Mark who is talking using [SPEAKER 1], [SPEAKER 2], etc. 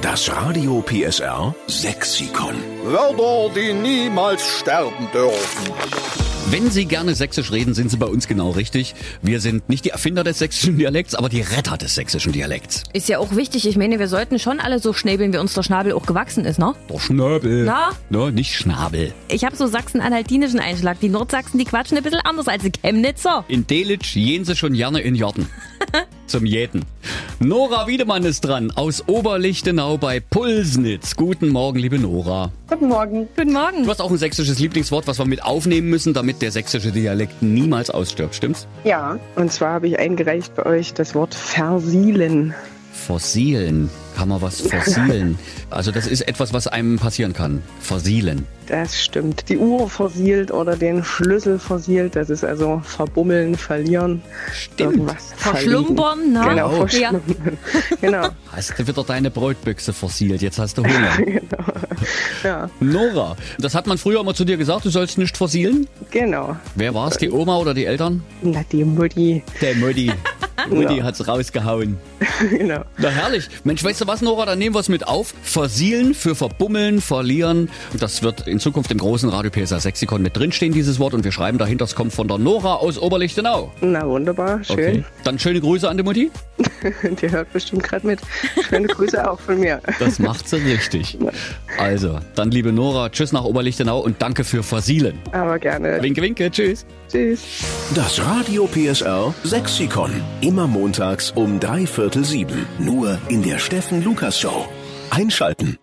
[SPEAKER 1] Das Radio PSR Sexikon.
[SPEAKER 2] Wörter, die niemals sterben dürfen.
[SPEAKER 3] Wenn Sie gerne sächsisch reden, sind Sie bei uns genau richtig. Wir sind nicht die Erfinder des sächsischen Dialekts, aber die Retter des sächsischen Dialekts.
[SPEAKER 4] Ist ja auch wichtig. Ich meine, wir sollten schon alle so schnäbeln, wie uns der Schnabel auch gewachsen ist, ne?
[SPEAKER 3] Doch Schnabel.
[SPEAKER 4] Na?
[SPEAKER 3] Ne, nicht Schnabel.
[SPEAKER 4] Ich habe so sachsen-anhaltinischen Einschlag. Die Nordsachsen, die quatschen ein bisschen anders als die Chemnitzer.
[SPEAKER 3] In Delitzsch gehen Sie schon gerne in Jorten. Zum Jäten. Nora Wiedemann ist dran aus Oberlichtenau bei Pulsnitz. Guten Morgen, liebe Nora.
[SPEAKER 5] Guten Morgen.
[SPEAKER 4] Guten
[SPEAKER 3] Du
[SPEAKER 4] Morgen.
[SPEAKER 3] hast auch ein sächsisches Lieblingswort, was wir mit aufnehmen müssen, damit der sächsische Dialekt niemals ausstirbt, stimmt's?
[SPEAKER 5] Ja, und zwar habe ich eingereicht bei euch das Wort versielen.
[SPEAKER 3] Fossilen. Kann man was fossilen? Also das ist etwas, was einem passieren kann. Fossilen.
[SPEAKER 5] Das stimmt. Die Uhr versielt oder den Schlüssel versielt. Das ist also verbummeln, verlieren. Irgendwas
[SPEAKER 4] Verschlumpern, ne?
[SPEAKER 5] Genau,
[SPEAKER 3] Genau.
[SPEAKER 5] verschlumpern. genau.
[SPEAKER 3] Hast du wieder deine Brotbüchse fossilt, jetzt hast du Hunger.
[SPEAKER 5] Genau. Ja,
[SPEAKER 3] Nora, das hat man früher immer zu dir gesagt, du sollst nicht fossilen.
[SPEAKER 5] genau.
[SPEAKER 3] Wer war's, die Oma oder die Eltern?
[SPEAKER 5] Na, die Mutti.
[SPEAKER 3] Der Mutti. Mutti
[SPEAKER 5] Ja.
[SPEAKER 3] hat's rausgehauen.
[SPEAKER 5] genau.
[SPEAKER 3] Na herrlich. Mensch, weißt du was, Nora, dann nehmen wir's mit auf. Versielen für verbummeln, verlieren. Und Das wird in Zukunft im großen Radio PSA Sexikon mit drinstehen, dieses Wort. Und wir schreiben dahinter, es kommt von der Nora aus Oberlichtenau.
[SPEAKER 5] Na, wunderbar. Schön.
[SPEAKER 3] Dann schöne Grüße an die Mutti.
[SPEAKER 5] Der hört bestimmt gerade mit. Schöne Grüße auch von mir.
[SPEAKER 3] Das macht sie richtig. Also, dann liebe Nora, tschüss nach Oberlichtenau und danke für Versielen.
[SPEAKER 5] Aber gerne.
[SPEAKER 3] Winke, winke, tschüss.
[SPEAKER 5] Tschüss.
[SPEAKER 1] Das Radio PSR Sexikon. Immer montags um drei Viertel sieben. Nur in der Steffen Lukas Show. Einschalten.